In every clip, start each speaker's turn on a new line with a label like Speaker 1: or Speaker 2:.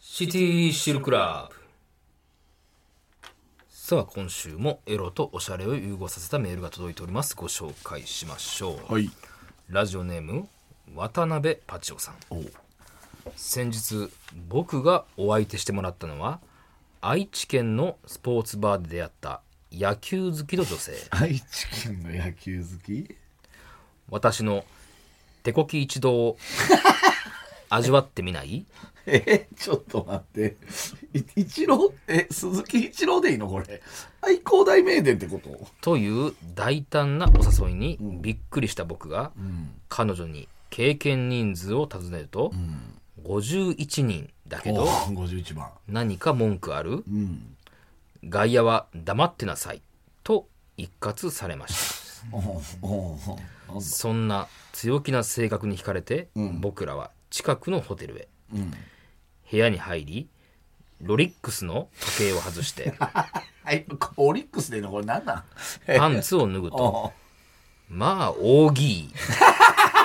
Speaker 1: シティシルクラブさあ今週もエロとおしゃれを融合させたメールが届いておりますご紹介しましょう、
Speaker 2: はい。
Speaker 1: ラジオネーム渡辺パチオさん
Speaker 2: お
Speaker 1: 先日僕がお相手してもらったのは愛知県のスポーツバーで出会った野球好きの女性
Speaker 2: 愛知県の野球好き
Speaker 1: 私の手こき一同を味わってみない
Speaker 2: えちょっと待って。い一郎え、鈴木一郎でいいのこれ。愛工大名電ってこと
Speaker 1: という大胆なお誘いにびっくりした僕が、彼女に経験人数を尋ねると、51人だけ
Speaker 2: お
Speaker 1: ど
Speaker 2: 51番。
Speaker 1: 何か文句ある
Speaker 2: うん。
Speaker 1: 外野は黙ってなさいと一括されま した
Speaker 2: おおなんだ
Speaker 1: そんな強気な性格に惹かれて、
Speaker 2: ん
Speaker 1: 僕らは近くのホテルへ
Speaker 2: うん。
Speaker 1: 部屋に入りロリックスの時計を外して
Speaker 2: はい、こオリックスでいいのこれなんなんえ
Speaker 1: パンツを 脱ぐと
Speaker 2: お
Speaker 1: まあ扇い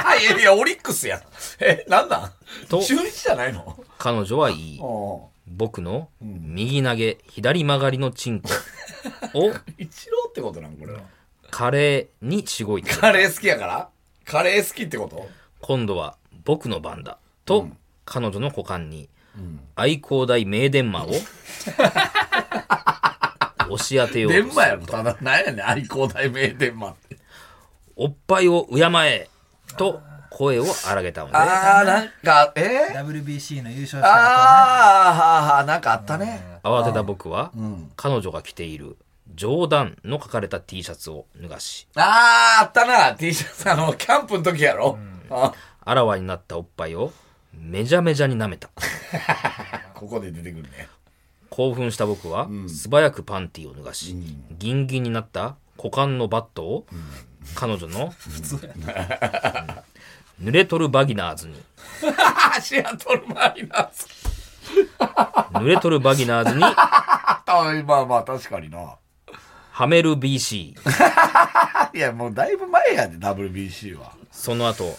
Speaker 2: あ、いやいや、オリックスやん。え、なんなん
Speaker 1: と
Speaker 2: 中日じゃないの
Speaker 1: 彼女はいい
Speaker 2: お
Speaker 1: 僕の右投げ左曲がりのチンコを
Speaker 2: 一郎ってことなんこれは。
Speaker 1: 華麗にしごいて
Speaker 2: カレー好きやからカレー好きってこと
Speaker 1: 今度は僕の番だと彼女の股間に愛工大名 電魔を押し当てようと
Speaker 2: 電
Speaker 1: す
Speaker 2: マや
Speaker 1: る
Speaker 2: ろ、ただ。なんやねん、愛工大名電マって。
Speaker 1: おっぱいを敬えと声を荒げたので
Speaker 2: あー、なんか、えー、
Speaker 3: WBC の優勝者だ
Speaker 2: あー、はーはーなんかあったね。
Speaker 1: 慌てた僕は彼女が着ている「冗談」の書かれた T シャツを脱がし
Speaker 2: あー、あったな、T シャツ、あの、キャンプの時やろ。あ
Speaker 1: あらわになったおっぱいをめじゃめじゃに舐めた
Speaker 2: ここで出てくるね。
Speaker 1: 興奮した僕は素早くパンティーを脱がし、ギンギンになった股間のバットを彼女の濡れとるバギナーズに
Speaker 2: あー、シアトルマリナーズ。
Speaker 1: 濡れとるバギナーズに
Speaker 2: あったわまあまあ、確かにな。
Speaker 1: はめる BC
Speaker 2: いや、もうだいぶ前やで、WBC は。
Speaker 1: その後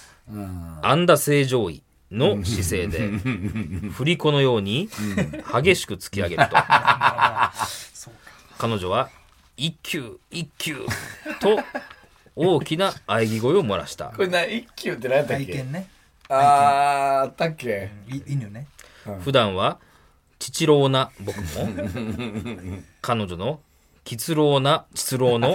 Speaker 1: アンダ正常位の姿勢で振り子のように激しく突き上げると彼女は一級一級と大きな喘ぎ声を漏らした
Speaker 2: これな、一級って何やったっ
Speaker 3: 体
Speaker 2: け
Speaker 3: 験ね
Speaker 2: あー、あったっけ
Speaker 3: い犬ね
Speaker 1: 普段は父老な僕も彼女の吉老な父老の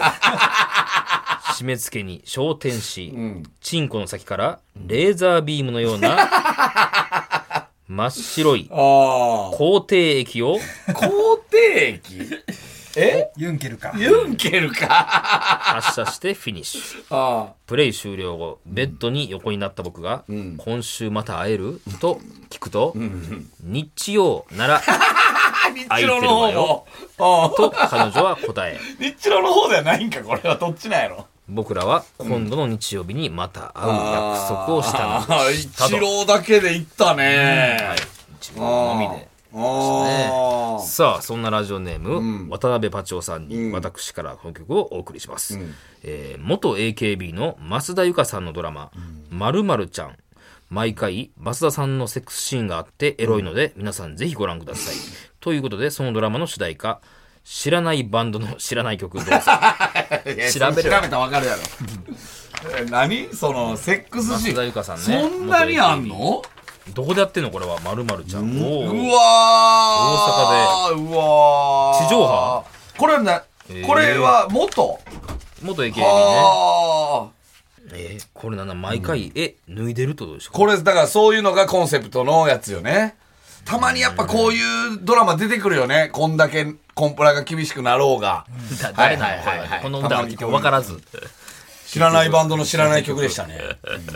Speaker 1: 締め付けに昇天し、チンコの先からレーザービームのような真っ白い
Speaker 2: あー。
Speaker 1: 皇帝液を
Speaker 2: 皇帝駅え
Speaker 3: ユンケルか
Speaker 2: ユンケルか。
Speaker 1: 発射してフィニッシュ
Speaker 2: あ
Speaker 1: プレイ終了後ベッドに横になった僕が、今週また会えると聞くと、日曜なら
Speaker 2: ー。日露の方も。あ
Speaker 1: と彼女は答え
Speaker 2: ー日露の方ではないんか、これは。どっちなんやろ。
Speaker 1: 僕らは今度の日曜日にまた会う約束をしたの
Speaker 2: あ
Speaker 1: で
Speaker 2: ー
Speaker 1: したと
Speaker 2: 一郎だけで行ったね。
Speaker 1: はい、一番のみで
Speaker 2: あー
Speaker 1: さあそんなラジオネーム、渡辺パチオさんに私からこの曲をお送りします、えー元 AKB の増田由香さんのドラマ「まるまるちゃん」毎回増田さんのセックスシーンがあってエロいので、皆さんぜひご覧くださいということでそのドラマの主題歌知らないバンドの 知らない曲どうぞ
Speaker 2: いや
Speaker 1: 調
Speaker 2: 調
Speaker 1: べ
Speaker 2: べ
Speaker 1: る
Speaker 2: たらわかるやろ。え何その、セックスシ
Speaker 1: 増田由
Speaker 2: ーン。
Speaker 1: 香さんね
Speaker 2: そんなにあん
Speaker 1: 元 AKB
Speaker 2: の
Speaker 1: どこでやってんのこれは、まるまるちゃん。
Speaker 2: うわ
Speaker 1: お
Speaker 2: ー
Speaker 1: ー
Speaker 2: 大阪で。うわー
Speaker 1: 地上波
Speaker 2: これはな、
Speaker 1: ー
Speaker 2: これは元
Speaker 1: 元 AKB ね。
Speaker 2: あー
Speaker 1: えーこれなんだ、毎回、え、脱いでるってことでしょ
Speaker 2: これ、だからそういうのがコンセプトのやつよね。たまにやっぱこういうドラマ出てくるよね。こんだけコンプラが厳しくなろうが。
Speaker 1: だ誰なのこ
Speaker 2: はい
Speaker 1: れ
Speaker 2: はいはい
Speaker 1: は
Speaker 2: はい
Speaker 1: この歌は結構分からず。
Speaker 2: 知らないバンドの知らない曲でしたね。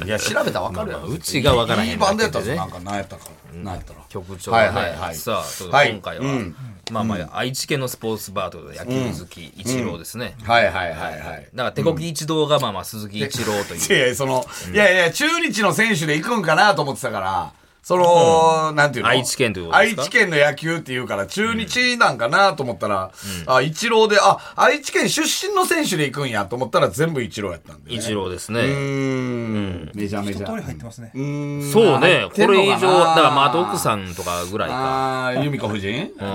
Speaker 2: いや、調べたらわかるや
Speaker 1: まあ
Speaker 2: ろ。
Speaker 1: まあうちがわからへん
Speaker 2: いいバンドやった
Speaker 1: だけ
Speaker 2: ぞ。
Speaker 1: でね
Speaker 2: なんか、なんやったか。なんやったら。
Speaker 1: 曲調がね
Speaker 2: はいはいはい
Speaker 1: さあ、ちょっと
Speaker 2: はい
Speaker 1: 今回は、
Speaker 2: うん
Speaker 1: まあまあ、愛知県のスポーツバーということで野球好き、一郎ですね。
Speaker 2: はいはいはいはい。
Speaker 1: だから、手こき一同が、まあ まあ、鈴木一郎という。
Speaker 2: いやいや、その、いやいや、中日の選手で行くんかなと思ってたから、その、なんていうの
Speaker 1: 愛知県ということですか
Speaker 2: 愛知県の野球っていうから、中日なんかなと思ったら、あ、一郎で、あ、愛知県出身の選手で行くんやと思ったら全部一郎やったんで、ね。
Speaker 1: 一郎です
Speaker 2: う
Speaker 1: ね。
Speaker 2: ーん。めちゃめ
Speaker 3: 一
Speaker 2: ち
Speaker 3: 通
Speaker 2: ゃ。
Speaker 3: り入ってますね。
Speaker 2: うーん
Speaker 1: そうね、これ以上、だからまあ、あと奥
Speaker 2: ん。
Speaker 1: さんとかぐらいか。
Speaker 2: あー由美子夫人う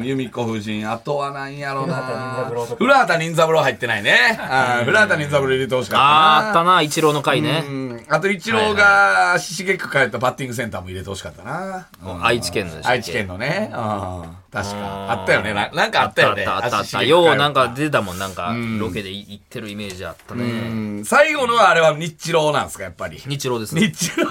Speaker 2: ん由美子夫人。あとはなんやろな
Speaker 3: 古畑任三郎と。か
Speaker 2: 古畑任三郎入ってないね。あー古畑任三郎入れてほしかった
Speaker 1: あ
Speaker 2: な。
Speaker 1: ーあったな、一郎の回ね。
Speaker 2: うんあと、一郎が足しげく通ったバッティングセンターも入れてほしかったな。うん
Speaker 1: 愛知県のでしたっけ
Speaker 2: 愛知県のね。うん確
Speaker 1: うん
Speaker 2: か。あったよね。ななんかあったよね。
Speaker 1: あったあったあっ
Speaker 2: 足し
Speaker 1: た。
Speaker 2: げく通
Speaker 1: ようなんか出てたもん、なんか、ロケで行ってるイメージあった
Speaker 2: う
Speaker 1: ね。
Speaker 2: ん最後のはあれは日郎なんですか、やっぱり。
Speaker 1: 日郎ですね。
Speaker 2: 日郎。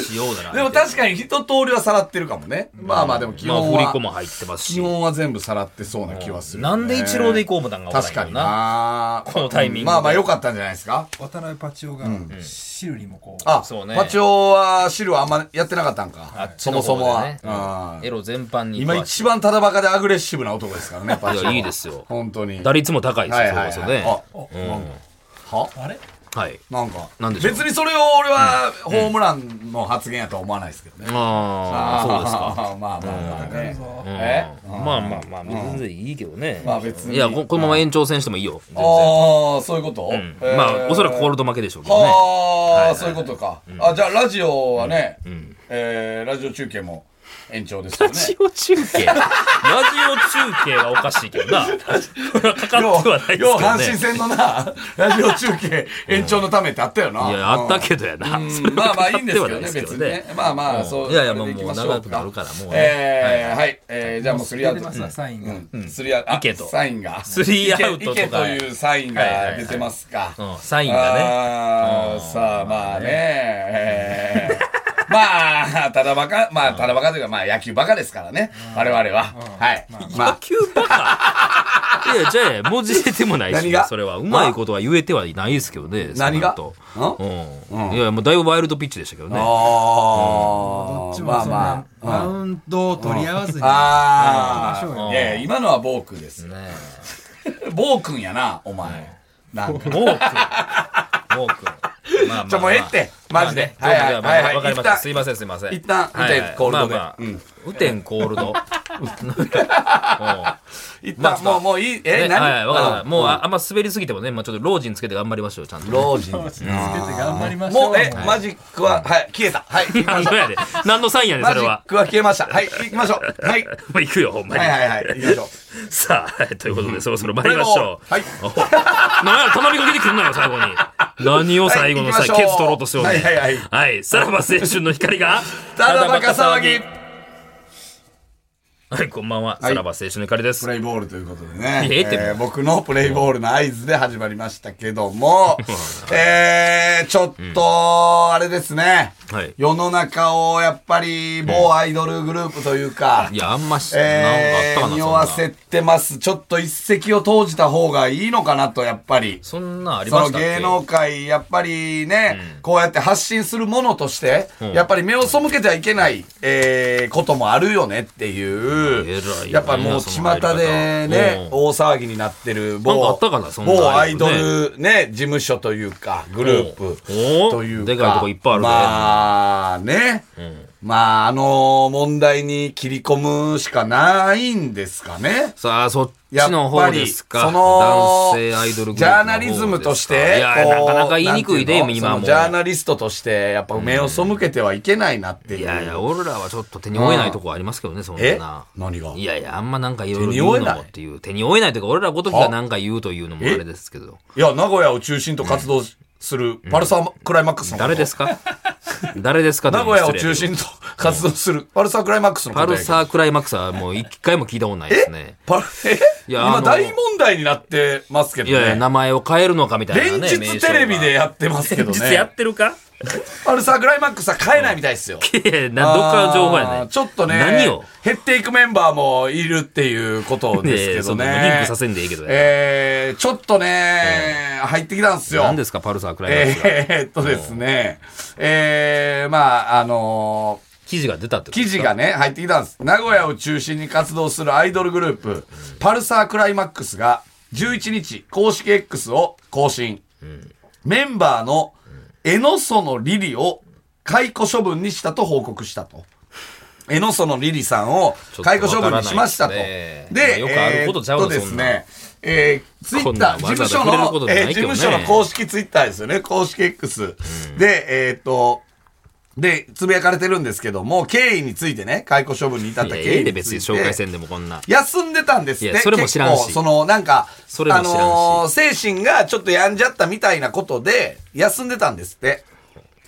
Speaker 1: 日曜だな。
Speaker 2: でも確
Speaker 1: に。
Speaker 2: かに一通りはさらってるかもね。まあまあでも基
Speaker 1: まあ、
Speaker 2: 本
Speaker 1: 振り子
Speaker 2: は、
Speaker 1: も入ってます
Speaker 2: 基
Speaker 1: し。
Speaker 2: 本は全部さらってそうな気はするね。
Speaker 1: なんで一郎で行こうもなんかわらん
Speaker 2: 確
Speaker 1: けど
Speaker 2: かにな。
Speaker 1: このタイミングで
Speaker 2: まあまあ良かったんじゃないですか。
Speaker 3: 渡辺パチオが、汁にもこう、
Speaker 2: あ、
Speaker 1: そうね
Speaker 2: パチオは汁はあんまやってなかったんか。
Speaker 1: あっち
Speaker 2: そ
Speaker 1: の
Speaker 2: もそも
Speaker 1: 方
Speaker 2: は。
Speaker 1: でね
Speaker 2: うん
Speaker 1: エロ全般に
Speaker 2: 今
Speaker 1: 詳しい。
Speaker 2: 一番ただバカでアグレッシブな男ですからね、パチ
Speaker 1: い
Speaker 2: オは
Speaker 1: やいいですよ
Speaker 2: 本当に。
Speaker 1: 打率も高いです
Speaker 2: はい
Speaker 1: よ、
Speaker 2: はい
Speaker 1: そ
Speaker 2: は
Speaker 1: れこそ
Speaker 2: い。あなんか
Speaker 1: ね。、
Speaker 2: は
Speaker 3: あれ
Speaker 1: はい。
Speaker 2: なんか
Speaker 1: なんでしょう
Speaker 2: 別にそれを俺はホームランの発言やとは思わないですけどね。
Speaker 1: ああ、そうですか。
Speaker 2: か。 まあまあまあね。え
Speaker 1: うんまあまあまあ、全然いいけどね。
Speaker 2: まあ別に
Speaker 1: いや、ここのまま延長戦してもいいよ。全然
Speaker 2: ああ、そういうこと
Speaker 1: うんまあ、おそらくコール
Speaker 2: と
Speaker 1: ド負けでしょうけどね。
Speaker 2: ああ、そういうことか。あ、じゃあラジオはね、えーラジオ中継も延長ですよね
Speaker 1: ラ。ジオ中継ラジオ中継はおかしいけ どな。 かかってはない
Speaker 2: 要は阪神
Speaker 1: ですけ
Speaker 2: 戦のな、 ラジオ中継延長のためってあったよな。
Speaker 1: どね。いや、あったけどやな。それは
Speaker 2: まあまあいいんですけ
Speaker 1: か
Speaker 2: ど
Speaker 1: かってはな
Speaker 2: ね、
Speaker 1: いで
Speaker 2: 別
Speaker 1: す
Speaker 2: に
Speaker 1: けど
Speaker 2: ね。まあまあ、そう。
Speaker 1: いやいや、も
Speaker 2: そうれで
Speaker 1: も
Speaker 2: 行
Speaker 1: う
Speaker 2: きましょ
Speaker 1: 長くなるから、もうね。
Speaker 2: えー、はい。えー、じゃあもうスリーアウ
Speaker 3: 出て
Speaker 2: ト
Speaker 3: ますわサインが。
Speaker 2: うんスリーアウト。あ
Speaker 1: いけと
Speaker 2: サインが。
Speaker 1: スリーアウト
Speaker 2: い
Speaker 1: とか
Speaker 2: けいけというサイン
Speaker 1: はいはいは
Speaker 2: が
Speaker 1: い
Speaker 2: 出てますか。
Speaker 1: うんサインがね。
Speaker 2: あ
Speaker 1: うん
Speaker 2: ーさあ、まあね。えーまあ、ただバカ、まあ、ただバカというか、まあ、野球バカですからね。我々は。はい。ま
Speaker 1: 野
Speaker 2: あ、
Speaker 1: 球バカ いや、じゃあ、文字出てもない
Speaker 2: 何
Speaker 1: し
Speaker 2: が、
Speaker 1: それは。うまいことは言えてはいないですけどね。
Speaker 2: 何が
Speaker 1: そう
Speaker 2: うん
Speaker 1: なるとうん。いや、もうだいぶワイルドピッチでしたけどね。
Speaker 2: あ
Speaker 3: どっ
Speaker 2: ー
Speaker 3: ちも
Speaker 2: まあ
Speaker 3: そんな
Speaker 2: ま、あ。
Speaker 3: マウントを取り合わずに。
Speaker 2: あ
Speaker 3: 行きましょ
Speaker 2: あ。
Speaker 3: う
Speaker 2: い
Speaker 3: よ
Speaker 2: やいや、今のはボー君です。
Speaker 1: ね
Speaker 2: ボー君やな、お前。なん か。
Speaker 1: え。もうくん。もうくん。まあまあまあ
Speaker 2: ちょ、もうええって。マジで。
Speaker 1: まあ
Speaker 2: は
Speaker 1: ね
Speaker 2: いはい
Speaker 1: どうもでは
Speaker 2: はいは
Speaker 1: わか
Speaker 2: い。
Speaker 1: りま
Speaker 2: 一
Speaker 1: した。
Speaker 2: 旦
Speaker 1: すいません、すいません。
Speaker 2: 一旦
Speaker 1: はいはい
Speaker 2: 雨天コールドで
Speaker 1: まあまあ
Speaker 2: うん
Speaker 1: 雨天コール ド。
Speaker 2: 一
Speaker 1: まあ
Speaker 2: 旦、もう、もういい。え、
Speaker 1: ね
Speaker 2: 何
Speaker 1: はい、わかりました。
Speaker 2: うん
Speaker 1: もうああんま滑りすぎてもね、まあちょっと老人つけて頑張りましょう、ちゃんとね。
Speaker 2: 老人。
Speaker 3: そうですねつけて頑張りましょう。
Speaker 2: もう、え、マジックは、はい、消えた。はい、行きま
Speaker 1: 何
Speaker 2: しょ
Speaker 1: の
Speaker 2: う。
Speaker 1: やで。何のサインやで、
Speaker 2: マ
Speaker 1: そ
Speaker 2: ジ
Speaker 1: れ
Speaker 2: ッ
Speaker 1: は。
Speaker 2: クは消えました。はい、行きましょう。はい。は
Speaker 1: もう行くよ、ほんまに
Speaker 2: い。はいはい。行きましょう。
Speaker 1: さあ、 ということで、そろそろ参りましょう。
Speaker 2: はい
Speaker 1: お。なんや、畳みかけてくんなよ、最後に。何を最後の
Speaker 2: は
Speaker 1: さ、
Speaker 2: い
Speaker 1: ケ
Speaker 2: 行きましょう
Speaker 1: ツ取ろうとしようね。
Speaker 2: はいはいはい
Speaker 1: はいさらば青春の光が、
Speaker 2: ただバカ騒ぎ。
Speaker 1: はい、こんばんは。
Speaker 2: い
Speaker 1: さらば青春の光です
Speaker 2: プ。レイボールということでね。
Speaker 1: ええってもう
Speaker 2: ー僕のプレイボールの合図で始まりましたけど も、えー、ちょっと、あれですね。
Speaker 1: はい
Speaker 2: 世の中をやっぱり某アイドルグループというか、
Speaker 1: いや、あんまし、
Speaker 2: え
Speaker 1: なんかあ
Speaker 2: ー、
Speaker 1: ったかな、
Speaker 2: 匂
Speaker 1: そんな
Speaker 2: わせてます。ちょっと一石を投じた方がいいのかなと、やっぱり。
Speaker 1: そんなんあり
Speaker 2: そ
Speaker 1: ま
Speaker 2: の
Speaker 1: したっけ
Speaker 2: 芸能界、やっぱりね、こうやって発信するものとして、
Speaker 1: ん
Speaker 2: やっぱり目を背けてはいけない、えーこともあるよねって
Speaker 1: 偉
Speaker 2: いう、
Speaker 1: い
Speaker 2: や
Speaker 1: な
Speaker 2: っぱもう
Speaker 1: そ
Speaker 2: 巷
Speaker 1: の入り方
Speaker 2: でね、
Speaker 1: うん
Speaker 2: 大騒ぎになってる某、
Speaker 1: なんかあったかなそんな
Speaker 2: 某ア
Speaker 1: ア
Speaker 2: イ
Speaker 1: イ
Speaker 2: ド
Speaker 1: ドルね
Speaker 2: ルね、事務所というか、グループ
Speaker 1: おうおう
Speaker 2: というか、
Speaker 1: でかいとこいっぱいあるね
Speaker 2: まあね、まああの問題に切り込むしかないんですかね。
Speaker 1: さあ、そっ
Speaker 2: やっ
Speaker 1: ち
Speaker 2: ぱり
Speaker 1: の方ですか。
Speaker 2: その
Speaker 1: 男性アイドルグループの方です
Speaker 2: ジ
Speaker 1: か
Speaker 2: ャーナリズムとして
Speaker 1: いや、
Speaker 2: こう
Speaker 1: なかなか言いにくいで、
Speaker 2: なんてうの
Speaker 1: 今
Speaker 2: その
Speaker 1: も。
Speaker 2: ジャーナリストとしてやっぱ目を背けてはいけないなっていう、
Speaker 1: いやいや、俺らはちょっと手に負えないとこありますけどね、そん
Speaker 2: え
Speaker 1: な。
Speaker 2: 何が
Speaker 1: いやいや、あんまなんかいろい
Speaker 2: 手
Speaker 1: ろ
Speaker 2: に
Speaker 1: 言
Speaker 2: 負
Speaker 1: う
Speaker 2: え
Speaker 1: の
Speaker 2: ない
Speaker 1: もっていう。手に負えないというか、俺らごときがなんか言うというのもあ
Speaker 2: え
Speaker 1: れですけど。
Speaker 2: いや名古屋を中心と活動するパルサークライマックスのこと
Speaker 1: 誰ですか誰ですか
Speaker 2: 名古屋を中
Speaker 1: 失
Speaker 2: 心
Speaker 1: 礼
Speaker 2: と活動するパルサークライマックスの
Speaker 1: パ
Speaker 2: こと
Speaker 1: ル
Speaker 2: やけど
Speaker 1: サークライマックスはもう一回も聞いたことないですね。
Speaker 2: パルえ
Speaker 1: いやあ
Speaker 2: 今
Speaker 1: の
Speaker 2: 大問題になってますけど
Speaker 1: い
Speaker 2: ね
Speaker 1: やいや、名前を変えるのかみたいな
Speaker 2: 連
Speaker 1: ね。
Speaker 2: 日テレビでやってますけど
Speaker 1: 名称が連日や
Speaker 2: ね
Speaker 1: ってるか
Speaker 2: パルサークライマックスは変えないみたいですよ
Speaker 1: いやいやなどっからの情報や
Speaker 2: あ
Speaker 1: ね
Speaker 2: ー
Speaker 1: ん
Speaker 2: ちょっとね、
Speaker 1: 何を
Speaker 2: 減っていくメンバーもいるっていうことです
Speaker 1: いやい
Speaker 2: け
Speaker 1: やそ
Speaker 2: ど
Speaker 1: ん
Speaker 2: ね。
Speaker 1: なのリンクさせんでいいけどね
Speaker 2: えー、ちょっとね、入ってきたんですよ。
Speaker 1: 何ですか、パルサークライマックスが。
Speaker 2: えー、っとですね、えー、まあ、あのー
Speaker 1: 記事が出たってこと
Speaker 2: 記事がね、入ってきたんです。名古屋を中心に活動するアイドルグループ、パルサークライマックスが、11日、公式 X を更新。メンバーの、江野園リリを解雇処分にしたと報告したと。江ノ園リリさんを解雇処分にしましたと。
Speaker 1: ちょっとわ
Speaker 2: で
Speaker 1: からないですねまあよくあることちゃう
Speaker 2: えー
Speaker 1: の
Speaker 2: っとですね、えー、ツイ
Speaker 1: こ
Speaker 2: ッ
Speaker 1: ん
Speaker 2: ター、
Speaker 1: なん
Speaker 2: 事
Speaker 1: わざ
Speaker 2: 務所
Speaker 1: わざ触れるこ
Speaker 2: の
Speaker 1: と、じゃ
Speaker 2: えー
Speaker 1: な
Speaker 2: 事
Speaker 1: いけどね
Speaker 2: 務所の公式ツイッターですよね、公式 X。で、えーっと、で、つぶやかれてるんですけども、経緯についてね、解雇処分に至っ
Speaker 1: い
Speaker 2: た
Speaker 1: や、
Speaker 2: 経
Speaker 1: え
Speaker 2: 緯
Speaker 1: え
Speaker 2: に
Speaker 1: で
Speaker 2: つい
Speaker 1: 別
Speaker 2: て。
Speaker 1: に紹介せんでもこんな。
Speaker 2: 休んでたんですっ
Speaker 1: い
Speaker 2: て。
Speaker 1: やそれも知らんし
Speaker 2: 結構その、なんか、
Speaker 1: それも知らんし
Speaker 2: あのー精神がちょっと病んじゃったみたいなことで、休んでたんですって。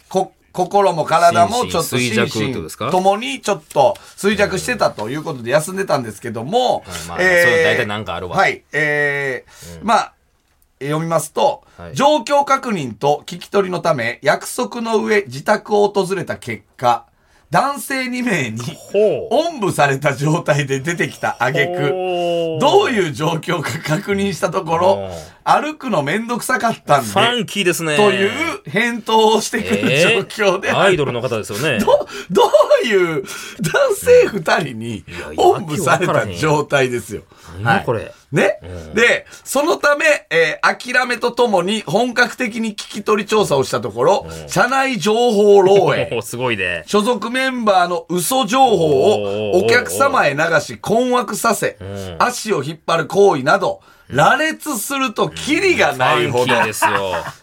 Speaker 2: こ、心も体もちょっと
Speaker 1: 心
Speaker 2: 心
Speaker 1: 身衰弱ってことです
Speaker 2: 身
Speaker 1: か
Speaker 2: ともにちょっと衰弱してたということで休んでたんですけども
Speaker 1: はい、まあ
Speaker 2: え
Speaker 1: それ
Speaker 2: ー
Speaker 1: は大体なんかあるわ
Speaker 2: はい、えーまあ、読みますと、
Speaker 1: はい
Speaker 2: 状況確認と聞き取りのため、約束の上自宅を訪れた結果、男性2名に、
Speaker 1: ほう。
Speaker 2: おんぶされた状態で出てきた挙句
Speaker 1: ほう
Speaker 2: どういう状況か確認したところ
Speaker 1: うん、
Speaker 2: 歩くのめんどくさかったん
Speaker 1: ファ
Speaker 2: で、
Speaker 1: ンキーですね。
Speaker 2: という返答をしてく
Speaker 1: え
Speaker 2: る
Speaker 1: ー
Speaker 2: 状況で、
Speaker 1: アイドルの方ですよね。
Speaker 2: どどういう男性二人に
Speaker 1: いやいや
Speaker 2: おんぶされた状態ですよ。
Speaker 1: 何これ。
Speaker 2: ね、で、そのため、えー諦めとともに本格的に聞き取り調査をしたところ、社内情報漏洩
Speaker 1: お。おすごいね。
Speaker 2: 所属メンバーの嘘情報をお客様へ流し困惑させ、足を引っ張る行為など、羅列するとキリが
Speaker 1: フ
Speaker 2: ない
Speaker 1: ァン
Speaker 2: ほ
Speaker 1: キ
Speaker 2: ど
Speaker 1: ーですよ。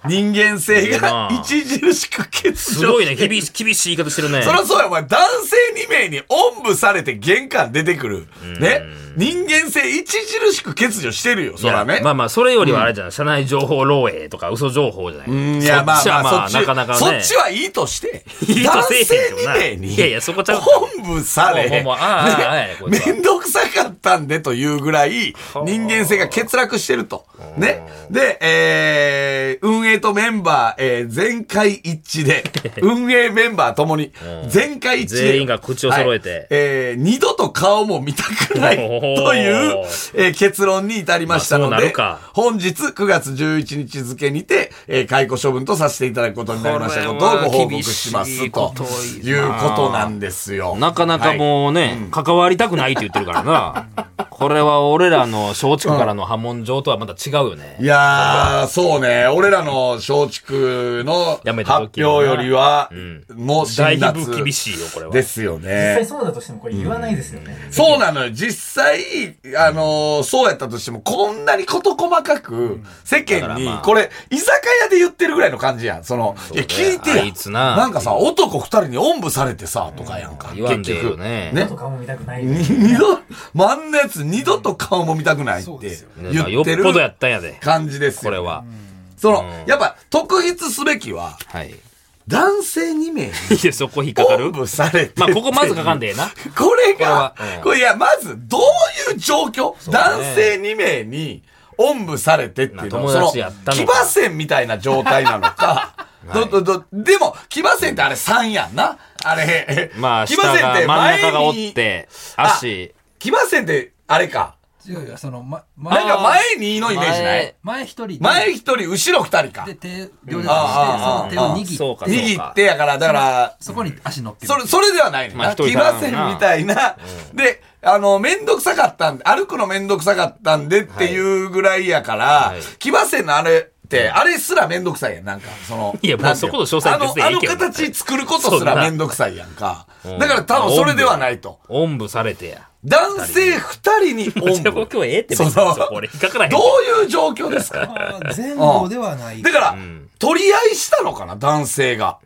Speaker 2: 人間性
Speaker 1: いい
Speaker 2: が
Speaker 1: な
Speaker 2: 著しく欠如して
Speaker 1: すごいね。厳し厳しい言い方してるね。
Speaker 2: そりゃそうや、お前、男性2名におんぶされて玄関出てくる。ね。人間性著しく欠如してるよ、そ
Speaker 1: いや
Speaker 2: らね。
Speaker 1: まあまあ、それよりはあれじゃない。社内情報漏洩とか嘘情報じゃない。
Speaker 2: いや、まあまあ、
Speaker 1: そ
Speaker 2: そ
Speaker 1: っ
Speaker 2: っ
Speaker 1: ち
Speaker 2: ち、
Speaker 1: はまあ、なかなか
Speaker 2: そ
Speaker 1: ね。
Speaker 2: っちはいいとして、
Speaker 1: いいと
Speaker 2: 男
Speaker 1: せえへん
Speaker 2: 性
Speaker 1: けどな
Speaker 2: 2名に、
Speaker 1: いやいやそこちゃう
Speaker 2: おんぶされ、
Speaker 1: もうもうもうああああああやこい
Speaker 2: め
Speaker 1: つは
Speaker 2: んどくさかったんでというぐらい、人間性が欠落してると。ね。で、えー、運営とメンバー、えー、全会一致 で、運営メンバーともに、全会一致で。
Speaker 1: 全員が口を揃えて
Speaker 2: はいえー、二度と顔も見たくないという
Speaker 1: お、
Speaker 2: えー結論に至りましたの
Speaker 1: まあそうなる
Speaker 2: で、
Speaker 1: か
Speaker 2: 本日9月11日付にて、えー解雇処分とさせていただくことになりましたことをご報告しますと
Speaker 1: これは厳しいこと
Speaker 2: いうことなんですよ。
Speaker 1: なかなかもうね、関わりたくないって言ってるか らな。これは俺らの松竹からの波紋状とはまた違うよね。
Speaker 2: いやー、そうね。俺らの松竹の
Speaker 1: やめ
Speaker 2: 発
Speaker 1: た
Speaker 2: 表
Speaker 1: 時は
Speaker 2: よりは
Speaker 1: ん、
Speaker 2: もう
Speaker 1: だい
Speaker 2: 辛
Speaker 1: ぶ厳
Speaker 2: 辣
Speaker 1: しいよ、これは。
Speaker 2: ですよ
Speaker 3: 実際
Speaker 2: ね。
Speaker 3: そうだとしてもこれ言わないですよね。
Speaker 2: そうなのよ。実際、あのーそうやったとしても、こんなに事細かく、世間に
Speaker 1: だからま、あ
Speaker 2: これ、居酒屋で言ってるぐらいの感じやん。その、いや、聞いて
Speaker 1: あいつ
Speaker 2: や。
Speaker 1: な
Speaker 2: なんかさ、男二人におんぶされてさ、とかやんか。
Speaker 1: 言わん
Speaker 2: 結
Speaker 1: でええよ
Speaker 2: 局。
Speaker 1: ね
Speaker 2: ね
Speaker 3: と。かも見たくない。
Speaker 2: 二度、まああんなやつ二度と顔も見たくないって
Speaker 3: そうですよ
Speaker 2: 言
Speaker 1: よっ
Speaker 2: ってる
Speaker 1: ぽどやったんやで。
Speaker 2: 感じです
Speaker 1: こ
Speaker 2: よ。
Speaker 1: れは。
Speaker 2: その、やっぱ、特筆すべきは、
Speaker 1: はい。い
Speaker 2: 男性2名に
Speaker 1: や、そこ引っかか
Speaker 2: おん
Speaker 1: る
Speaker 2: ぶされて。
Speaker 1: まあ、ここまず書かんでええ な。
Speaker 2: これが、こ
Speaker 1: これ
Speaker 2: れ,、
Speaker 1: はうん
Speaker 2: いや、まず、どういう状況、
Speaker 1: うだね
Speaker 2: 男性2名に、おんぶされてっていうの
Speaker 1: まあ
Speaker 2: は、
Speaker 1: 友
Speaker 2: そ
Speaker 1: 達やった
Speaker 2: の、
Speaker 1: の
Speaker 2: 騎
Speaker 1: か
Speaker 2: 馬戦みたいな状態なの か、どどどでも、騎馬戦ってあれ3やんな。あれ、
Speaker 1: まあ、
Speaker 2: 騎
Speaker 1: 下
Speaker 2: 馬戦っ
Speaker 1: が、
Speaker 2: て
Speaker 1: 真ん中がおっ
Speaker 2: 前に、
Speaker 1: て、
Speaker 2: あ
Speaker 1: 足。
Speaker 2: 騎馬戦って、あれか。
Speaker 3: いやいや、その、ま、
Speaker 2: あれ
Speaker 3: 前、
Speaker 2: が前にのイメージない
Speaker 3: 前一人
Speaker 2: 前1人、後ろ2人か
Speaker 3: で。手、両手出して、
Speaker 2: あー
Speaker 3: その手を
Speaker 2: あー
Speaker 1: そう
Speaker 3: 握っ
Speaker 1: か
Speaker 3: て、
Speaker 2: 握ってやから、だから、
Speaker 3: そこに足乗っける
Speaker 2: そ。れ、それではないねん
Speaker 1: まあ
Speaker 2: な。
Speaker 1: 一人
Speaker 2: 来ませんみたいな。で、あの、めんどくさかったんで、歩くのめんどくさかったんでっていうぐらいやから
Speaker 1: い、
Speaker 2: 来ませんのあれって、あれすらめんどくさいやん。なんか、その。
Speaker 1: いやもう
Speaker 2: なんてい
Speaker 1: そこの詳細
Speaker 2: あの
Speaker 1: 別でええ
Speaker 2: あの
Speaker 1: けど
Speaker 2: 形作ることすらめんどくさいやんか。だから多分それではないと。
Speaker 1: おんぶされてや。
Speaker 2: 男性二人におん
Speaker 1: じゃあ、
Speaker 2: ぶ。
Speaker 1: 僕はええって別
Speaker 2: そ
Speaker 1: に
Speaker 2: の、
Speaker 1: そ
Speaker 2: ど
Speaker 1: こ
Speaker 2: う
Speaker 1: 俺引っかからへん。
Speaker 2: いう状況ですか
Speaker 3: あー前後ではない。
Speaker 2: だから、取り合いしたのかな、男性が。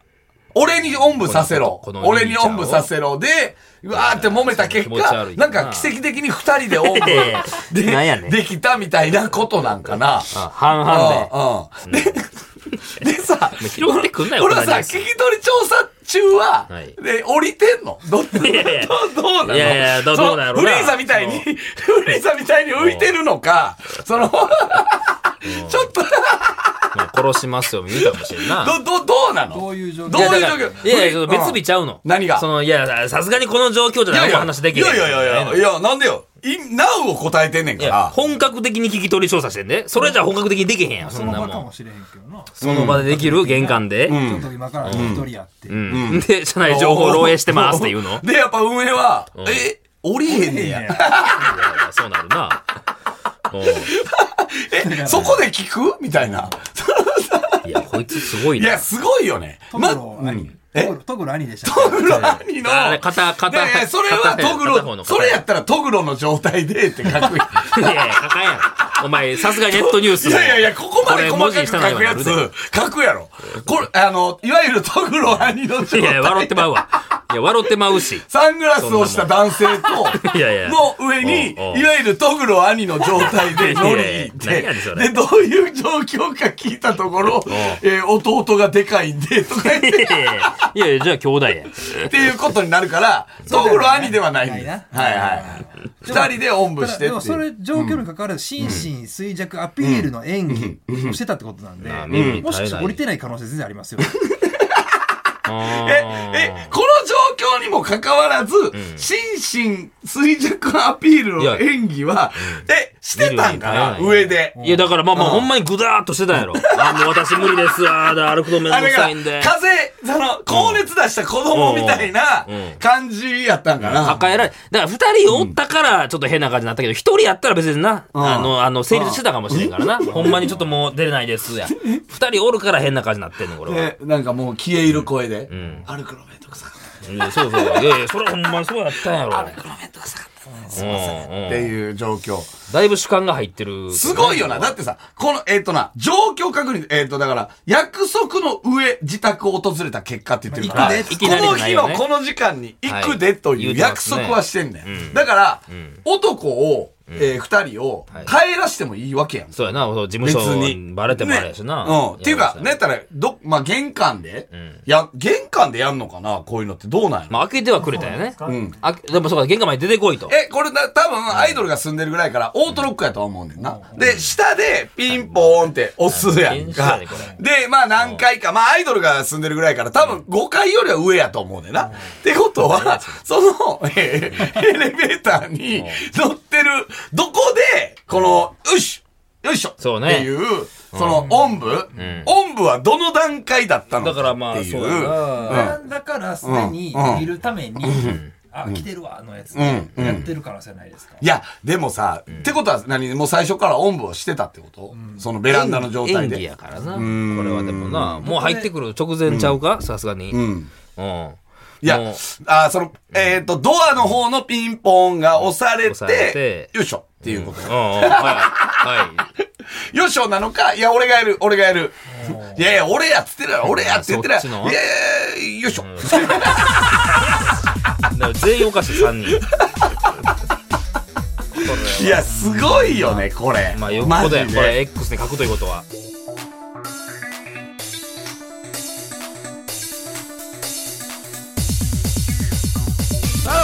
Speaker 2: 俺におんぶさせろ
Speaker 1: この。この
Speaker 2: 俺におんぶさせろ。で、うわーって揉めた結
Speaker 1: 気持ち
Speaker 2: 果
Speaker 1: 悪、いな
Speaker 2: なんか奇跡的に二人で おんぶ
Speaker 1: え
Speaker 2: で
Speaker 1: なんやねん
Speaker 2: できたみたいなことなんかな。
Speaker 1: あ半々で。
Speaker 2: うんうんで、でさ、
Speaker 1: 拾ってくんなよ
Speaker 2: これは
Speaker 1: こん
Speaker 2: さ、
Speaker 1: なニュー
Speaker 2: 聞
Speaker 1: ス
Speaker 2: き取り調査中は、
Speaker 1: はい
Speaker 2: で、降りてんのど、ど、ど
Speaker 1: いやいや
Speaker 2: どうなの
Speaker 1: いやいやどう
Speaker 2: その
Speaker 1: どうなんやろ
Speaker 2: フ
Speaker 1: な
Speaker 2: リーザみたいに、フリーザみたいに浮いてるのか、その、ちょっと、
Speaker 1: まあ殺しますよ、見たかもしれんな。
Speaker 2: ど、ど、どうなの
Speaker 3: どういう状況
Speaker 2: どういう状
Speaker 1: いやだ
Speaker 2: 況
Speaker 1: からいやいや、別日ちゃうの。
Speaker 2: うん何が
Speaker 1: その、いや、さすがにこの状況じゃ
Speaker 2: いや
Speaker 1: ないい
Speaker 2: や
Speaker 1: お話でき
Speaker 2: い
Speaker 1: る。
Speaker 2: やいやいやいや、いやなんでよ。い、なうを答えてんねん
Speaker 1: い
Speaker 2: か
Speaker 1: や
Speaker 2: ら。
Speaker 1: 本格的に聞き取り調査してんで。それじゃ本格的にできへんやん、そ
Speaker 3: そ
Speaker 1: ん
Speaker 3: の
Speaker 1: なも
Speaker 3: 場か
Speaker 1: ん
Speaker 3: も。しれへんけどな。
Speaker 1: その場でできる玄関で。
Speaker 3: ちょっと今から一人やって。
Speaker 1: うんで、社内情報漏洩してますって言うの
Speaker 2: で、やっぱ運営は、え、降りへんねん
Speaker 3: いや
Speaker 2: や。
Speaker 3: いや
Speaker 1: そうなるな。うん
Speaker 2: え、そこで聞くみたいな。
Speaker 1: いや、こいつすごい
Speaker 2: いや、
Speaker 1: な。
Speaker 2: すごいよね。
Speaker 3: トグ
Speaker 2: ま、
Speaker 3: ロ兄
Speaker 2: え
Speaker 3: トグロトグロ兄でしたっ
Speaker 2: ト
Speaker 3: け
Speaker 2: グロ兄の
Speaker 1: あれ、肩、
Speaker 2: いやい
Speaker 1: 肩。
Speaker 2: やそれはトグ
Speaker 1: 片方の
Speaker 2: ロ、
Speaker 1: 肩
Speaker 2: それやったらトグロの状態でって書く。
Speaker 1: いやいや、書かんやろ。お前、さすがネットニュース
Speaker 2: い
Speaker 1: の。
Speaker 2: やいやいや、ここまで
Speaker 1: こ
Speaker 2: 細
Speaker 1: れ
Speaker 2: か
Speaker 1: 文字
Speaker 2: く
Speaker 1: にし
Speaker 2: 書
Speaker 1: たのに
Speaker 2: くや
Speaker 1: は
Speaker 2: つ
Speaker 1: なる、
Speaker 2: 書くやろ。これ、あの、いわゆるトグロ兄の状
Speaker 1: いやいや、笑
Speaker 2: 態。
Speaker 1: ってまうわ。いや、笑ってまうし。
Speaker 2: サングラスをした男性と、
Speaker 1: いやいや
Speaker 2: の上に、い
Speaker 1: おうお
Speaker 2: わ
Speaker 1: う
Speaker 2: ゆるトグロ兄の状態で乗り行っ
Speaker 1: いや
Speaker 2: て
Speaker 1: いや何やねんそ、れ
Speaker 2: で、どういう状況か聞いたところ、えー弟がでかいんで、とか言っ
Speaker 1: い
Speaker 2: て、
Speaker 1: やいやいやいや、じゃあ兄弟や。
Speaker 2: っていうことになるから、ト
Speaker 3: だよね
Speaker 2: グロ兄ではないんです。
Speaker 3: な
Speaker 2: はいい
Speaker 3: な
Speaker 2: はい。二人でおんぶして
Speaker 3: で
Speaker 2: っ
Speaker 3: も
Speaker 2: てい。
Speaker 3: そうれ状況に関わらず心身衰弱アピールの演技をしてたってことなんで、
Speaker 1: まあ見るに
Speaker 3: もし
Speaker 1: 耐
Speaker 3: か
Speaker 1: え
Speaker 3: し
Speaker 1: な
Speaker 3: て
Speaker 1: い
Speaker 3: 降りてない可能性全然ありますよ。
Speaker 1: あー
Speaker 2: え、え、この状況にもかかわらず、心身衰弱アピールの演技は、え、してたんかな
Speaker 1: 見る
Speaker 2: 上で。
Speaker 1: いや、だからまあまあ、
Speaker 2: うん
Speaker 1: ほんまにぐだーっとしてたん やろ。あ、もう私無理ですわーだ、歩くのめんど
Speaker 2: あ
Speaker 1: く
Speaker 2: れが、
Speaker 1: さ
Speaker 2: 風
Speaker 1: いんで。
Speaker 2: 邪、その、高熱出した子供みたいな
Speaker 1: うんうん
Speaker 2: 感じやったんかな。
Speaker 1: 抱えられ、だから二人おったからちょっと変な感じになったけど、一人やったら別にな、
Speaker 2: うん
Speaker 1: あの、あの、成立してたかもしれんからな。ほんまにちょっともう出れないですや。二人おるから変な感じになってんの、これは。
Speaker 2: で、なんかもう消え入る声で
Speaker 1: ん、
Speaker 2: 歩くのめんどくさかっ
Speaker 1: いやそうそう。いやいや、それほんまにそうやったんやろ。
Speaker 2: た。歩くのめんどくさかったね。
Speaker 1: うんうん
Speaker 2: っていう状況。
Speaker 1: だいぶ主観が入ってる。
Speaker 2: すごいよな。だってさ、この、えっ、とな、状況確認、えっ、と、だから、約束の上、自宅を訪れた結果って言ってるから、
Speaker 3: まあ行くで
Speaker 1: いきなりじ
Speaker 2: こ
Speaker 1: ゃ
Speaker 2: の
Speaker 1: ない
Speaker 2: 日
Speaker 1: よ
Speaker 2: の
Speaker 1: ね
Speaker 2: この時間に行くでとい
Speaker 1: は
Speaker 2: う
Speaker 1: い
Speaker 2: 約束はしてんねん。だから、男を、えー二人を
Speaker 1: はい
Speaker 2: 帰らしてもいいわけやん。
Speaker 1: そうやな、そう事務
Speaker 2: 別
Speaker 1: 所
Speaker 2: に。
Speaker 1: にバレてもあれやしな。
Speaker 2: ねうん。っていうか、
Speaker 1: や
Speaker 2: ね、やったら、ど、まあ、玄関で、
Speaker 1: ん
Speaker 2: や、玄関でやんのかなこういうのってどうなんやろ
Speaker 1: まあ、開けてはくれたよね。
Speaker 2: ん
Speaker 1: あでもそうか、玄関前に出てこいと。
Speaker 2: え、これだ、多分アイドルが住んでるぐらいから、オートロックやとは思うねんな。で、下でピンポーンって押すやんか
Speaker 1: はいはい。
Speaker 2: で、まあ何回か、まあアイドルが住んでるぐらいから、多分5階よりは上やと思うねんな。ってことは、その、えーエレベーターに乗ってる、どこで、この、よしよいしょ
Speaker 1: そうね
Speaker 2: っていう、その、おんぶおんぶはどの段階だったのか
Speaker 1: だ
Speaker 2: っていう。
Speaker 1: からまあ、そうやな。
Speaker 3: なんだからすでに
Speaker 2: うん
Speaker 3: いるために、あ、来てるわ、のやつ、
Speaker 2: んうん
Speaker 3: やってる可能性ないですか。
Speaker 2: いや、でもさ、ってことは何もう最初からおんぶをしてたってこと、そのベランダの状態
Speaker 1: 演技
Speaker 2: で。
Speaker 1: やからな。これはでもな、もう入ってくる直前ちゃうかさすがに。うん。
Speaker 2: いや
Speaker 1: もう、
Speaker 2: あーその、えっ、と、ドアの方のピンポンが押され
Speaker 1: 押され
Speaker 2: て
Speaker 1: て、
Speaker 2: よいしょっていうこと。
Speaker 1: うんうんはい。はい。
Speaker 2: よいしょなのか、いや、俺がやる、俺がやる。いやいや、俺やっつってるやろ俺やって言ってるや
Speaker 1: そっち
Speaker 2: ろ
Speaker 1: の
Speaker 2: いやいやいや、よいしょ。
Speaker 1: だから全員おかしい、3人。
Speaker 2: いや、すごいよね、これ。
Speaker 1: まあ、よっぽどや。
Speaker 2: マジ
Speaker 1: こ
Speaker 2: で
Speaker 1: れ、X に書くということは。
Speaker 2: さらば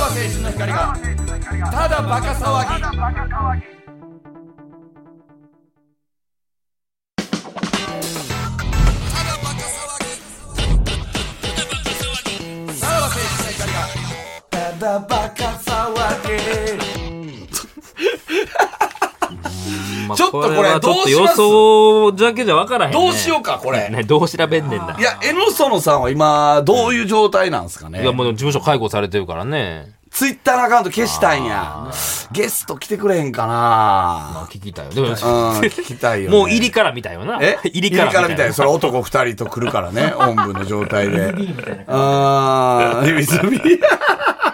Speaker 2: 青春の光が、ただバカ騒ぎ。
Speaker 1: まあ
Speaker 2: ちょっとこれ
Speaker 1: はちょっ
Speaker 2: どう
Speaker 1: と
Speaker 2: し
Speaker 1: 予
Speaker 2: ます
Speaker 1: 想だけじゃ分からへんね。
Speaker 2: どうしようか、これ。
Speaker 1: ね、どう調べんねんだ
Speaker 2: い。や、江野園さんは今、どういう状態なんですかね
Speaker 1: いや、もう事務所解雇されてるからね。
Speaker 2: ツイッターのアカウント消したんや。ゲスト来てくれへんかな
Speaker 1: まあ、聞きたいよ。でも、
Speaker 2: うん、聞きたいよ、ね。
Speaker 1: もう入りからみたいよな。
Speaker 2: え
Speaker 1: 入りからみたいな。
Speaker 2: みたいな。それ男二人と来るから ね。おんぶの状態で。あー、ウィズビー。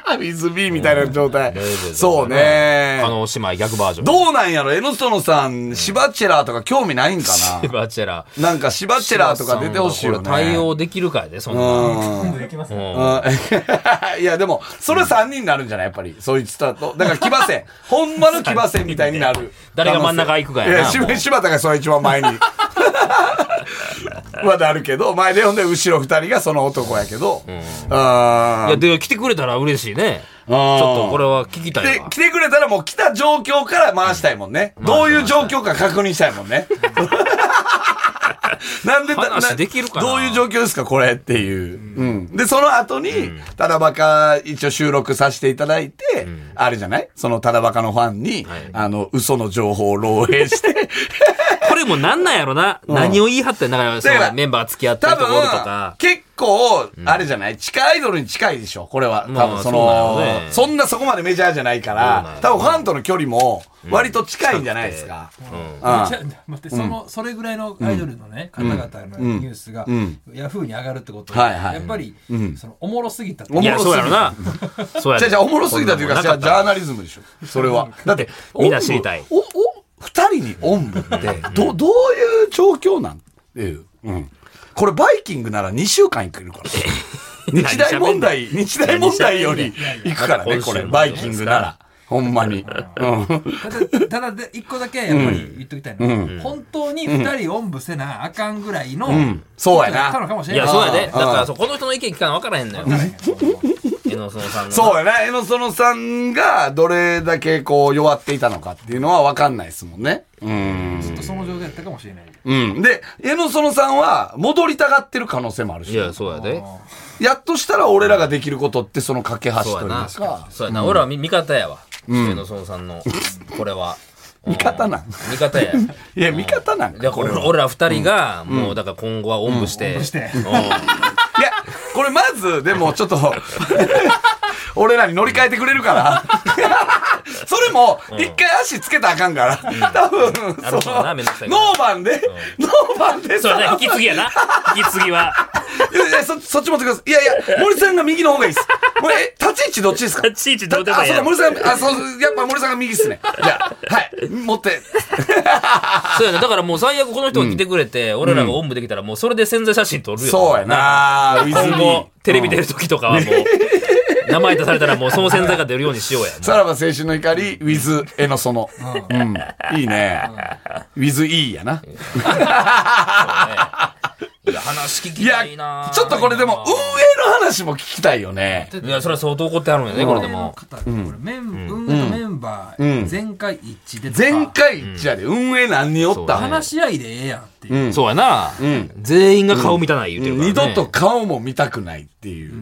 Speaker 2: ウィズ ビーみたいな状態
Speaker 1: レベルだ。な
Speaker 2: そうね
Speaker 1: あ。の、姉妹逆バージョン。
Speaker 2: どうなんやろ江野園さん、シバチェラーとか興味ないんか
Speaker 1: シバチェラ。
Speaker 2: ななんかシバチェラーとか出てほしいよね。
Speaker 1: これ対応できるかやで、そん
Speaker 2: う
Speaker 1: な。
Speaker 2: ん。
Speaker 3: 今度できますね。
Speaker 2: うんいや、でも、それ3人になるんじゃないやっぱり。そういうスタート。だから、騎馬 戦。ほんまの騎馬戦みたいになる。
Speaker 1: 誰が真ん中行くかやない
Speaker 2: し
Speaker 1: もう
Speaker 2: 柴田がそれ一番前に。 まだあるけど、前でほんで、後ろ2人がその男やけど。あー
Speaker 1: いや、で、来てくれたら嬉しいね。ちょっとこれは聞きたい
Speaker 2: で
Speaker 1: わ、。
Speaker 2: 来てくれたらもう来た状況から回したいもんね。どういう状況か確認したいもん ね。なんでだ
Speaker 1: 話できるかな
Speaker 2: どういう状況ですかこれっていう。うんで、その後に、ただバカ一応収録させていただいて、あれじゃないそのただバカのファンに、
Speaker 1: はい
Speaker 2: あの、嘘の情報を漏洩して、
Speaker 1: これもなんなんやろな。何を言い張ってんだから、そ
Speaker 2: だから
Speaker 1: のメンバー付き合って
Speaker 2: 多
Speaker 1: るところと
Speaker 2: 分
Speaker 1: か、。
Speaker 2: 結構、あれじゃない、地下アイドルに近いでしょ、これは。
Speaker 1: まあ
Speaker 2: 多分そ
Speaker 1: そうだ
Speaker 2: の、
Speaker 1: よね
Speaker 2: そんなそこまでメジャーじゃないか
Speaker 1: そうだよ
Speaker 2: ら
Speaker 1: ね、
Speaker 2: 多分ファンとの距離も割と近いんじゃないですか。
Speaker 1: うん
Speaker 2: あ
Speaker 3: ちょ待ってその、それぐらいのアイドルのね、方々のニュースが、
Speaker 2: ん
Speaker 3: ヤフーに上がるってこと
Speaker 2: はいはい
Speaker 3: やっぱり、そのおもろすぎたって
Speaker 2: お
Speaker 1: い
Speaker 2: もろ
Speaker 1: や、
Speaker 2: すぎ
Speaker 1: そうやろな。そうや
Speaker 2: じゃあじゃあおもろすぎたというか、
Speaker 1: な
Speaker 2: じゃ
Speaker 1: か
Speaker 2: あ
Speaker 1: っ
Speaker 2: ジャーナリズムでしょ。それ は。だって、
Speaker 1: みんな知りたい
Speaker 2: おんぶお、お、二人におんぶって、ど、どういう状況なんっていう。うん。これバイキングなら2週間行ける から。日大問題、日大問題より行くからね、これ。バイキングなら。ほんまに。うん。
Speaker 3: ただただで一個だけやっぱり言っときたいのは、本当に二人おんぶせなあかんぐらいの、
Speaker 2: んそうやな
Speaker 3: ことったのかもし
Speaker 1: い
Speaker 3: れない
Speaker 1: や、そうやで。だ
Speaker 2: あー
Speaker 1: からそう、この人の意見聞かな分からへんのよ。江野園さんの。
Speaker 2: そうやな。江野園さんがどれだけこう弱っていたのかっていうのは分かんないですもんね。うん。
Speaker 3: ずっとその状態だったかもしれない
Speaker 2: うん。で、江野園さんは戻りたがってる可能性もあるし。
Speaker 1: いや、そうやで。
Speaker 2: やっとしたら俺らができることってその架け橋とい
Speaker 1: そう
Speaker 2: う
Speaker 1: やな。
Speaker 2: か。
Speaker 1: そうやな。俺は味味方やわ。江野園さんの、これは。
Speaker 2: 味方なん
Speaker 1: 味方や。
Speaker 2: いや、味方なん
Speaker 1: で
Speaker 2: か。こ
Speaker 1: 俺
Speaker 2: れは
Speaker 1: ら俺ら二人が、もう、だから今後はおんぶして。
Speaker 3: ぶして
Speaker 1: うん
Speaker 2: いや、これまず、でもちょっと、 俺らに乗り換えてくれるから。 それも、一回足つけたらあかんから。多分、
Speaker 1: なるほ
Speaker 2: そ
Speaker 1: ど
Speaker 2: の、
Speaker 1: なめんどくさいから
Speaker 2: ノーバンで、ノーバンで
Speaker 1: そう
Speaker 2: さ
Speaker 1: やな。引き継ぎやな。引き継ぎは。
Speaker 2: いやいや、そそっち持ってください。いやいや、森さんが右の方がいいです。これ、え立ち位置どっちですか
Speaker 1: 立ち位置どうでも
Speaker 2: あ、
Speaker 1: いい
Speaker 2: そう
Speaker 1: や
Speaker 2: だ、
Speaker 1: ろ。
Speaker 2: 森さんが、あ、そう、やっぱ森さんが右っ すね。じゃあ、はい、持って。
Speaker 1: そうやな。だからもう最悪この人が来てくれて、俺らがおんぶできたら、もうそれで宣材写真撮るよ。
Speaker 2: そうやなウィズ
Speaker 1: 今
Speaker 2: リ
Speaker 1: 後
Speaker 2: ー、
Speaker 1: テレビ出る時とかはもう、名前出されたらもうその宣材が出るようにしようや。
Speaker 2: さらば青春の怒り、ウィズ・エノソノ。うん。いいね。ウィズ・イーやな。
Speaker 1: いや、話聞
Speaker 2: い
Speaker 1: き
Speaker 2: や
Speaker 1: たいな、
Speaker 2: ちょっとこれでも、運営の話も聞きたいよね。
Speaker 1: いや、それは相当怒ってはるんやね、これで
Speaker 3: の
Speaker 1: も。
Speaker 3: 方がこれメン、運営とメンバー全会一致でとか、
Speaker 2: 前回一致やで、運営何人おったん
Speaker 3: 話し合いでええやんっていう、
Speaker 1: そうやな、全員が顔見たない言うてるから、ね
Speaker 2: 二度と顔も見たくないっていう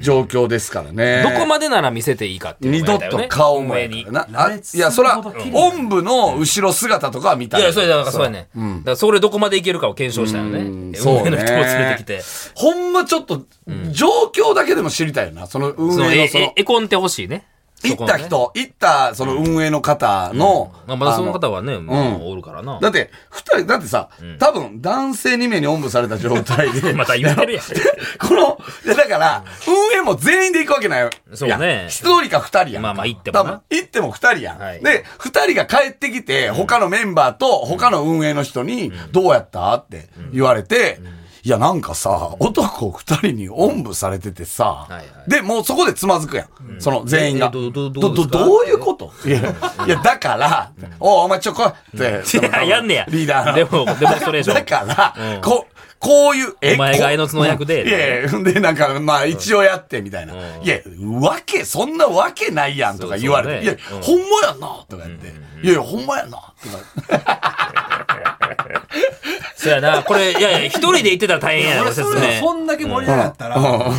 Speaker 2: 状況ですからね。
Speaker 1: どこまでなら見せていいかっていう
Speaker 2: 二
Speaker 1: のがや
Speaker 2: 度
Speaker 1: ったよね
Speaker 2: と顔も
Speaker 1: 運営
Speaker 2: や
Speaker 1: に。い
Speaker 2: からな。
Speaker 3: ら
Speaker 2: あ
Speaker 3: れ
Speaker 2: い
Speaker 3: つ
Speaker 2: や、そら
Speaker 3: ほど綺、麗
Speaker 2: おんぶの後ろ姿とかは見たい。
Speaker 1: や、それだからそうやね、だからそれどこまでいけるかを検証したよね。 運営
Speaker 2: そうね
Speaker 1: の人を連れてきて。
Speaker 2: ほんまちょっと、状況だけでも知りたいよな。その運
Speaker 1: その
Speaker 2: 営
Speaker 1: え
Speaker 2: のその
Speaker 1: え、絵コンってほしいね。
Speaker 2: 行った
Speaker 1: そこ
Speaker 2: 人、行ったその運営の方の、
Speaker 1: のね。まだその
Speaker 2: あ
Speaker 1: 方はね、もうおるからな。。
Speaker 2: だって、二人、だってさ、多分男性2名におんぶされた状態で
Speaker 1: また言ってるやん。
Speaker 2: この、いやだから、運営も全員で行くわけないよ。
Speaker 1: そうね
Speaker 2: いや一人か二人やん。
Speaker 1: まあまあ行ってもな
Speaker 2: 多分行っても二人やん。
Speaker 1: はい
Speaker 2: で、二人が帰ってきて、他のメンバーと他の運営の人に、どうやったって言われて、いや、なんかさ、男二人におんぶされててさ、
Speaker 1: はいはい
Speaker 2: で、もうそこでつまずくやん。その全員が。
Speaker 1: えどどど
Speaker 2: ど
Speaker 1: どうですか
Speaker 2: どういうこといや、いやだから、おうお前ちょ、こいって。
Speaker 1: いややんねや
Speaker 2: リーダーの
Speaker 1: デモデモンストレーション
Speaker 2: だから、
Speaker 1: うん
Speaker 2: こう、こういう、え
Speaker 1: お前が
Speaker 2: こ
Speaker 1: 江ノ津の役で
Speaker 2: うんいやいや、で、なんか、まあ、一応やって、みたいな。いや、わけ、そんなわけないやん、とか言われて。い
Speaker 1: そ
Speaker 2: や
Speaker 1: うそうね、
Speaker 2: ほんまやんな、とか言って。いやいや、ほんまやんな、 とか。
Speaker 1: そうやな。これ、いやいや、一人で行ってたら大変やな、
Speaker 3: 俺
Speaker 1: ご
Speaker 3: そ
Speaker 1: 説
Speaker 3: れ
Speaker 1: 明。
Speaker 3: そんだけ盛り上がったら、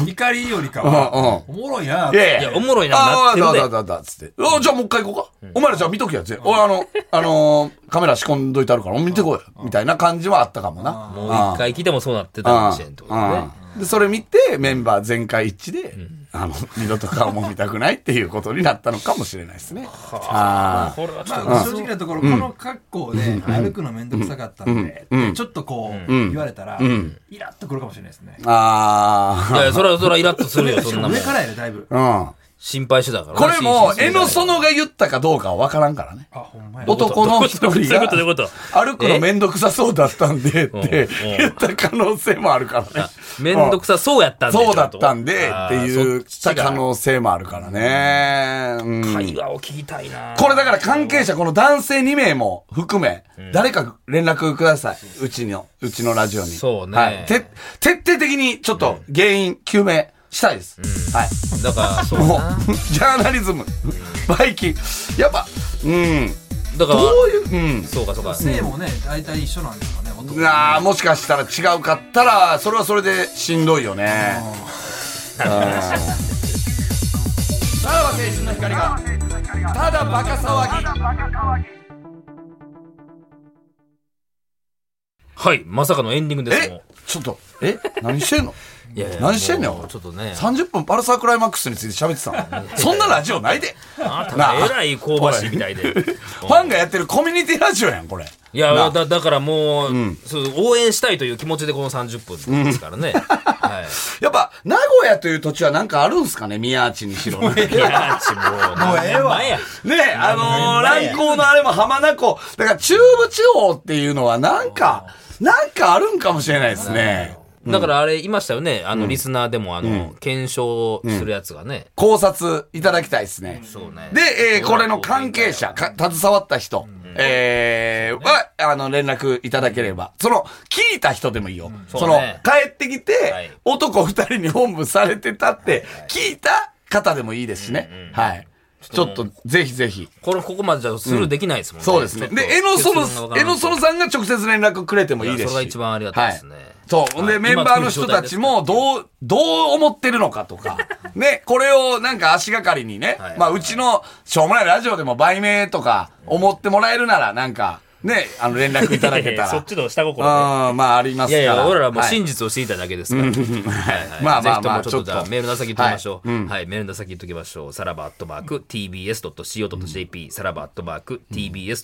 Speaker 3: 怒りよりかは、おもろいなっ
Speaker 2: い
Speaker 3: て
Speaker 2: やいや
Speaker 1: いや、おもろいな、な
Speaker 2: あ
Speaker 1: っ
Speaker 2: あ、
Speaker 1: てる
Speaker 2: だ
Speaker 1: で
Speaker 2: だ。だだ、つって。あじゃあもう一回行こうか。お前らじゃあ見ときやつ。俺あの、あのー、カメラ仕込んどいてあるから、見てこいよ。みたいな感じはあったかもな。
Speaker 1: もう
Speaker 2: あ
Speaker 1: 一回来てもそうなってたかもしれんってことね。
Speaker 2: うんで、それ見て、メンバー全会一致で、あの、二度と顔も見たくないっていうことになったのかもしれないですね。あ
Speaker 1: これはちょっと
Speaker 3: まあ、正直なところ、この格好で歩くのめんどくさかったんで、ってちょっとこう、言われたら、イラッとくるかもしれないですね。
Speaker 2: あ。あ
Speaker 1: いや、それはそれはイラッとするよ、
Speaker 3: 上
Speaker 1: そんなもん。
Speaker 3: からやで、だいぶ。
Speaker 2: あ。うん。
Speaker 1: 心配してたから。
Speaker 2: これも、江野
Speaker 1: 園
Speaker 2: 園が言ったかどうかは分からんからね。
Speaker 3: あ、ほんまや。
Speaker 2: 男の一人
Speaker 1: そういう
Speaker 2: が
Speaker 1: こと、そういうこと。
Speaker 2: 歩くのめんどくさそうだったんで、っ
Speaker 1: ん
Speaker 2: て
Speaker 1: うん
Speaker 2: 言った可能性もあるからね。
Speaker 1: めんどくさそうやったんで。
Speaker 2: そうだったんで、っていう、
Speaker 1: ち
Speaker 2: た
Speaker 1: ょとあーそっちが
Speaker 2: 可能性もあるからね。うん
Speaker 1: 会話を聞きたいな。
Speaker 2: これだから関係者、この男性2名も含め、誰か連絡ください。うちの、うちのラジオに。
Speaker 1: そうね
Speaker 2: はい。て、徹底的にちょっと原因究明したいです。はい。
Speaker 1: だから、そう
Speaker 2: も
Speaker 1: な。
Speaker 2: う、 ジャーナリズム、バイキン、やっぱ、うん、
Speaker 1: だから
Speaker 2: ど、ういう、うん。
Speaker 1: そうかそうか。
Speaker 3: 性もね、大体一緒なんですかね、男。
Speaker 2: ああ、もしかしたら違うかったら、それはそれでしんどいよね。さらば青春の光が、ただバカ騒ぎ。
Speaker 1: はい、まさかのエンディングです
Speaker 2: え
Speaker 1: も
Speaker 2: ちょっとえ何してんの
Speaker 1: いやいや
Speaker 2: 何してんねん
Speaker 1: もうちょっとね
Speaker 2: 30分パルサークライマックスについて喋ってたのそんなラジオないで
Speaker 1: あなたがえらい香ばしいみたいで。
Speaker 2: ファンがやってるコミュニティラジオやんこれ
Speaker 1: いや、
Speaker 2: な
Speaker 1: だだからもう、そう応援したいという気持ちでこの30分ですからね。はい。
Speaker 2: やっぱ名古屋という土地はなんかあるんすかね宮地にしろね
Speaker 1: いや、ちもう、
Speaker 3: もうええわ
Speaker 1: 前や。
Speaker 2: ねえ、あのー、乱行のあれも浜名湖。だから中部地方っていうのはなんか、なんかあるんかもしれないですね。
Speaker 1: だからあれ、いましたよね。あの、リスナーでも、あの、検証するやつがね。
Speaker 2: 考察いただきたいですね。
Speaker 1: そうね。
Speaker 2: で、えーこれの関係者、か携わった人、えーは、あの、連絡いただければ。その、聞いた人でもいいよ。
Speaker 1: そう
Speaker 2: その、
Speaker 1: ね
Speaker 2: 帰ってきて、
Speaker 1: はい
Speaker 2: 男二人に本部されてたって、聞いた方でもいいですしね。はい。ちょっと、ぜひぜひ。
Speaker 1: これ、ここまでじゃスルーできないですもんね。
Speaker 2: そうですね。で、江野園
Speaker 1: そ
Speaker 2: さん、江野園さんが直接連絡くれてもいいですし。
Speaker 1: いやそれが一番ありがたいですね
Speaker 2: はそう。
Speaker 1: は
Speaker 2: で、
Speaker 1: い
Speaker 2: メンバーの人たちも、どう、どう思ってるのかと か、ね、これをなんか足がかりにね
Speaker 1: はい、
Speaker 2: まあ、うちの、しょうもないラジオでも売名とか、思ってもらえるなら、なんか、ね、あの、連絡いただけたら。
Speaker 1: そっちの下
Speaker 2: うん、
Speaker 1: 心ね。
Speaker 2: まあ、あります
Speaker 1: い
Speaker 2: から。
Speaker 1: やいや、俺らはもう
Speaker 2: はい
Speaker 1: 真実を知りたいだけですから。はいはい
Speaker 2: まあまあまあ
Speaker 1: ぜひともちょっとじゃ
Speaker 2: ちょっ
Speaker 1: あ
Speaker 2: と
Speaker 1: メールの先言っておきましょう。はい、メールの先言っておきましょう。さらばアットマーク tbs.co.jp、さらばアットマーク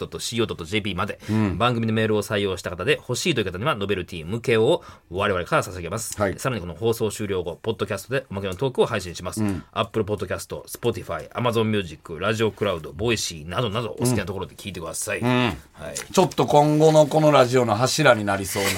Speaker 1: tbs.co.jp まで、番組のメールを採用した方で欲しいという方にはノベルティ向けを我々から捧げます。
Speaker 2: はい
Speaker 1: さらにこの放送終了後、ポッドキャストでおまけのトークを配信します。アップルポッドキャスト、スポティファイ、アマゾンミュージック、ラジオクラウド、ボイシーなどなどお好きなところで聞いてください。はい。
Speaker 2: ちょっと今後のこのラジオの柱になり そうな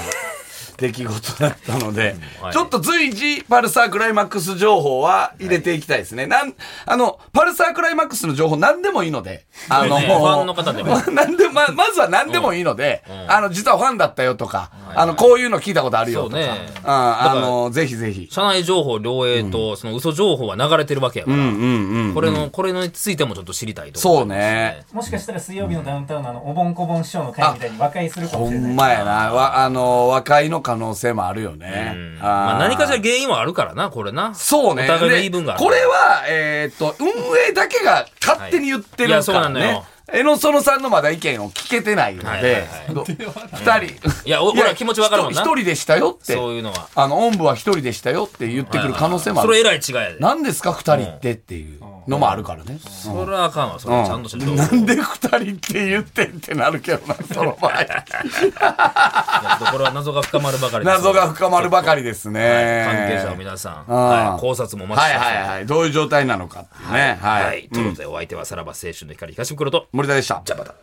Speaker 2: 出来事だったので、
Speaker 1: はい
Speaker 2: ちょっと随時パルサークライマックス情報は入れていきたいですね。なん、あの、パルサークライマックスの情報何でもいいので、あの、
Speaker 1: ねファンの 方でも
Speaker 2: まあ何でま、まずは何でもいいので、あの、実はファンだったよとか、あの、こういうの聞いたことあるよとか、
Speaker 1: そうね
Speaker 2: うんあの、ぜひぜひ。
Speaker 1: 社内情報漏洩と、その嘘情報は流れてるわけやから、これの、これについてもちょっと知りたいとこ
Speaker 2: そう
Speaker 1: ろです。
Speaker 2: ね。
Speaker 4: もしかしたら水曜日のダウンタウンのあのおぼんこぼん師匠の会みたいに和解するかも
Speaker 2: ほ
Speaker 4: しれない
Speaker 2: んまやな。わ、あの、和解の可能性もあるよね。あー
Speaker 1: まあ何かしら原因はあるからな、これな。
Speaker 2: そうね。
Speaker 1: お互い
Speaker 2: で
Speaker 1: の言い分がある。
Speaker 2: これは、えーっと、運営だけが勝手に言って
Speaker 1: はいい
Speaker 2: る
Speaker 1: やそう
Speaker 2: か
Speaker 1: な
Speaker 2: ら
Speaker 1: のよ
Speaker 2: ね。江野園さんのまだ意見を聞けてないの
Speaker 1: はいはい
Speaker 2: で
Speaker 1: はい、
Speaker 2: ど二人。
Speaker 1: いやおほら気持ちわかるもんな
Speaker 2: ひと一人でしたよって。
Speaker 1: そういうのは。
Speaker 2: あの、音部は一人でしたよって言ってくる可能性もあ
Speaker 1: それえ
Speaker 2: る。
Speaker 1: らい違いやで。
Speaker 2: 何ですか二人ってっていうのもあるからね。
Speaker 1: それはあかんわ、それはちゃんとした情報。
Speaker 2: なんで二人って言ってんってなるけどな、その場 合。
Speaker 1: いやこれは謎が深まるばかりです。
Speaker 2: 謎が深まるばかりですね。
Speaker 1: 関係者の皆さん、
Speaker 2: ん
Speaker 1: はい、考察もお待ちし
Speaker 2: はい
Speaker 1: てます。
Speaker 2: はいはい。どういう状態なのかっていうね。
Speaker 1: はい。
Speaker 2: は
Speaker 1: はいい。。ということで、お相手はさらば青春の光東袋と、
Speaker 2: 森田でした。
Speaker 1: じゃあまた。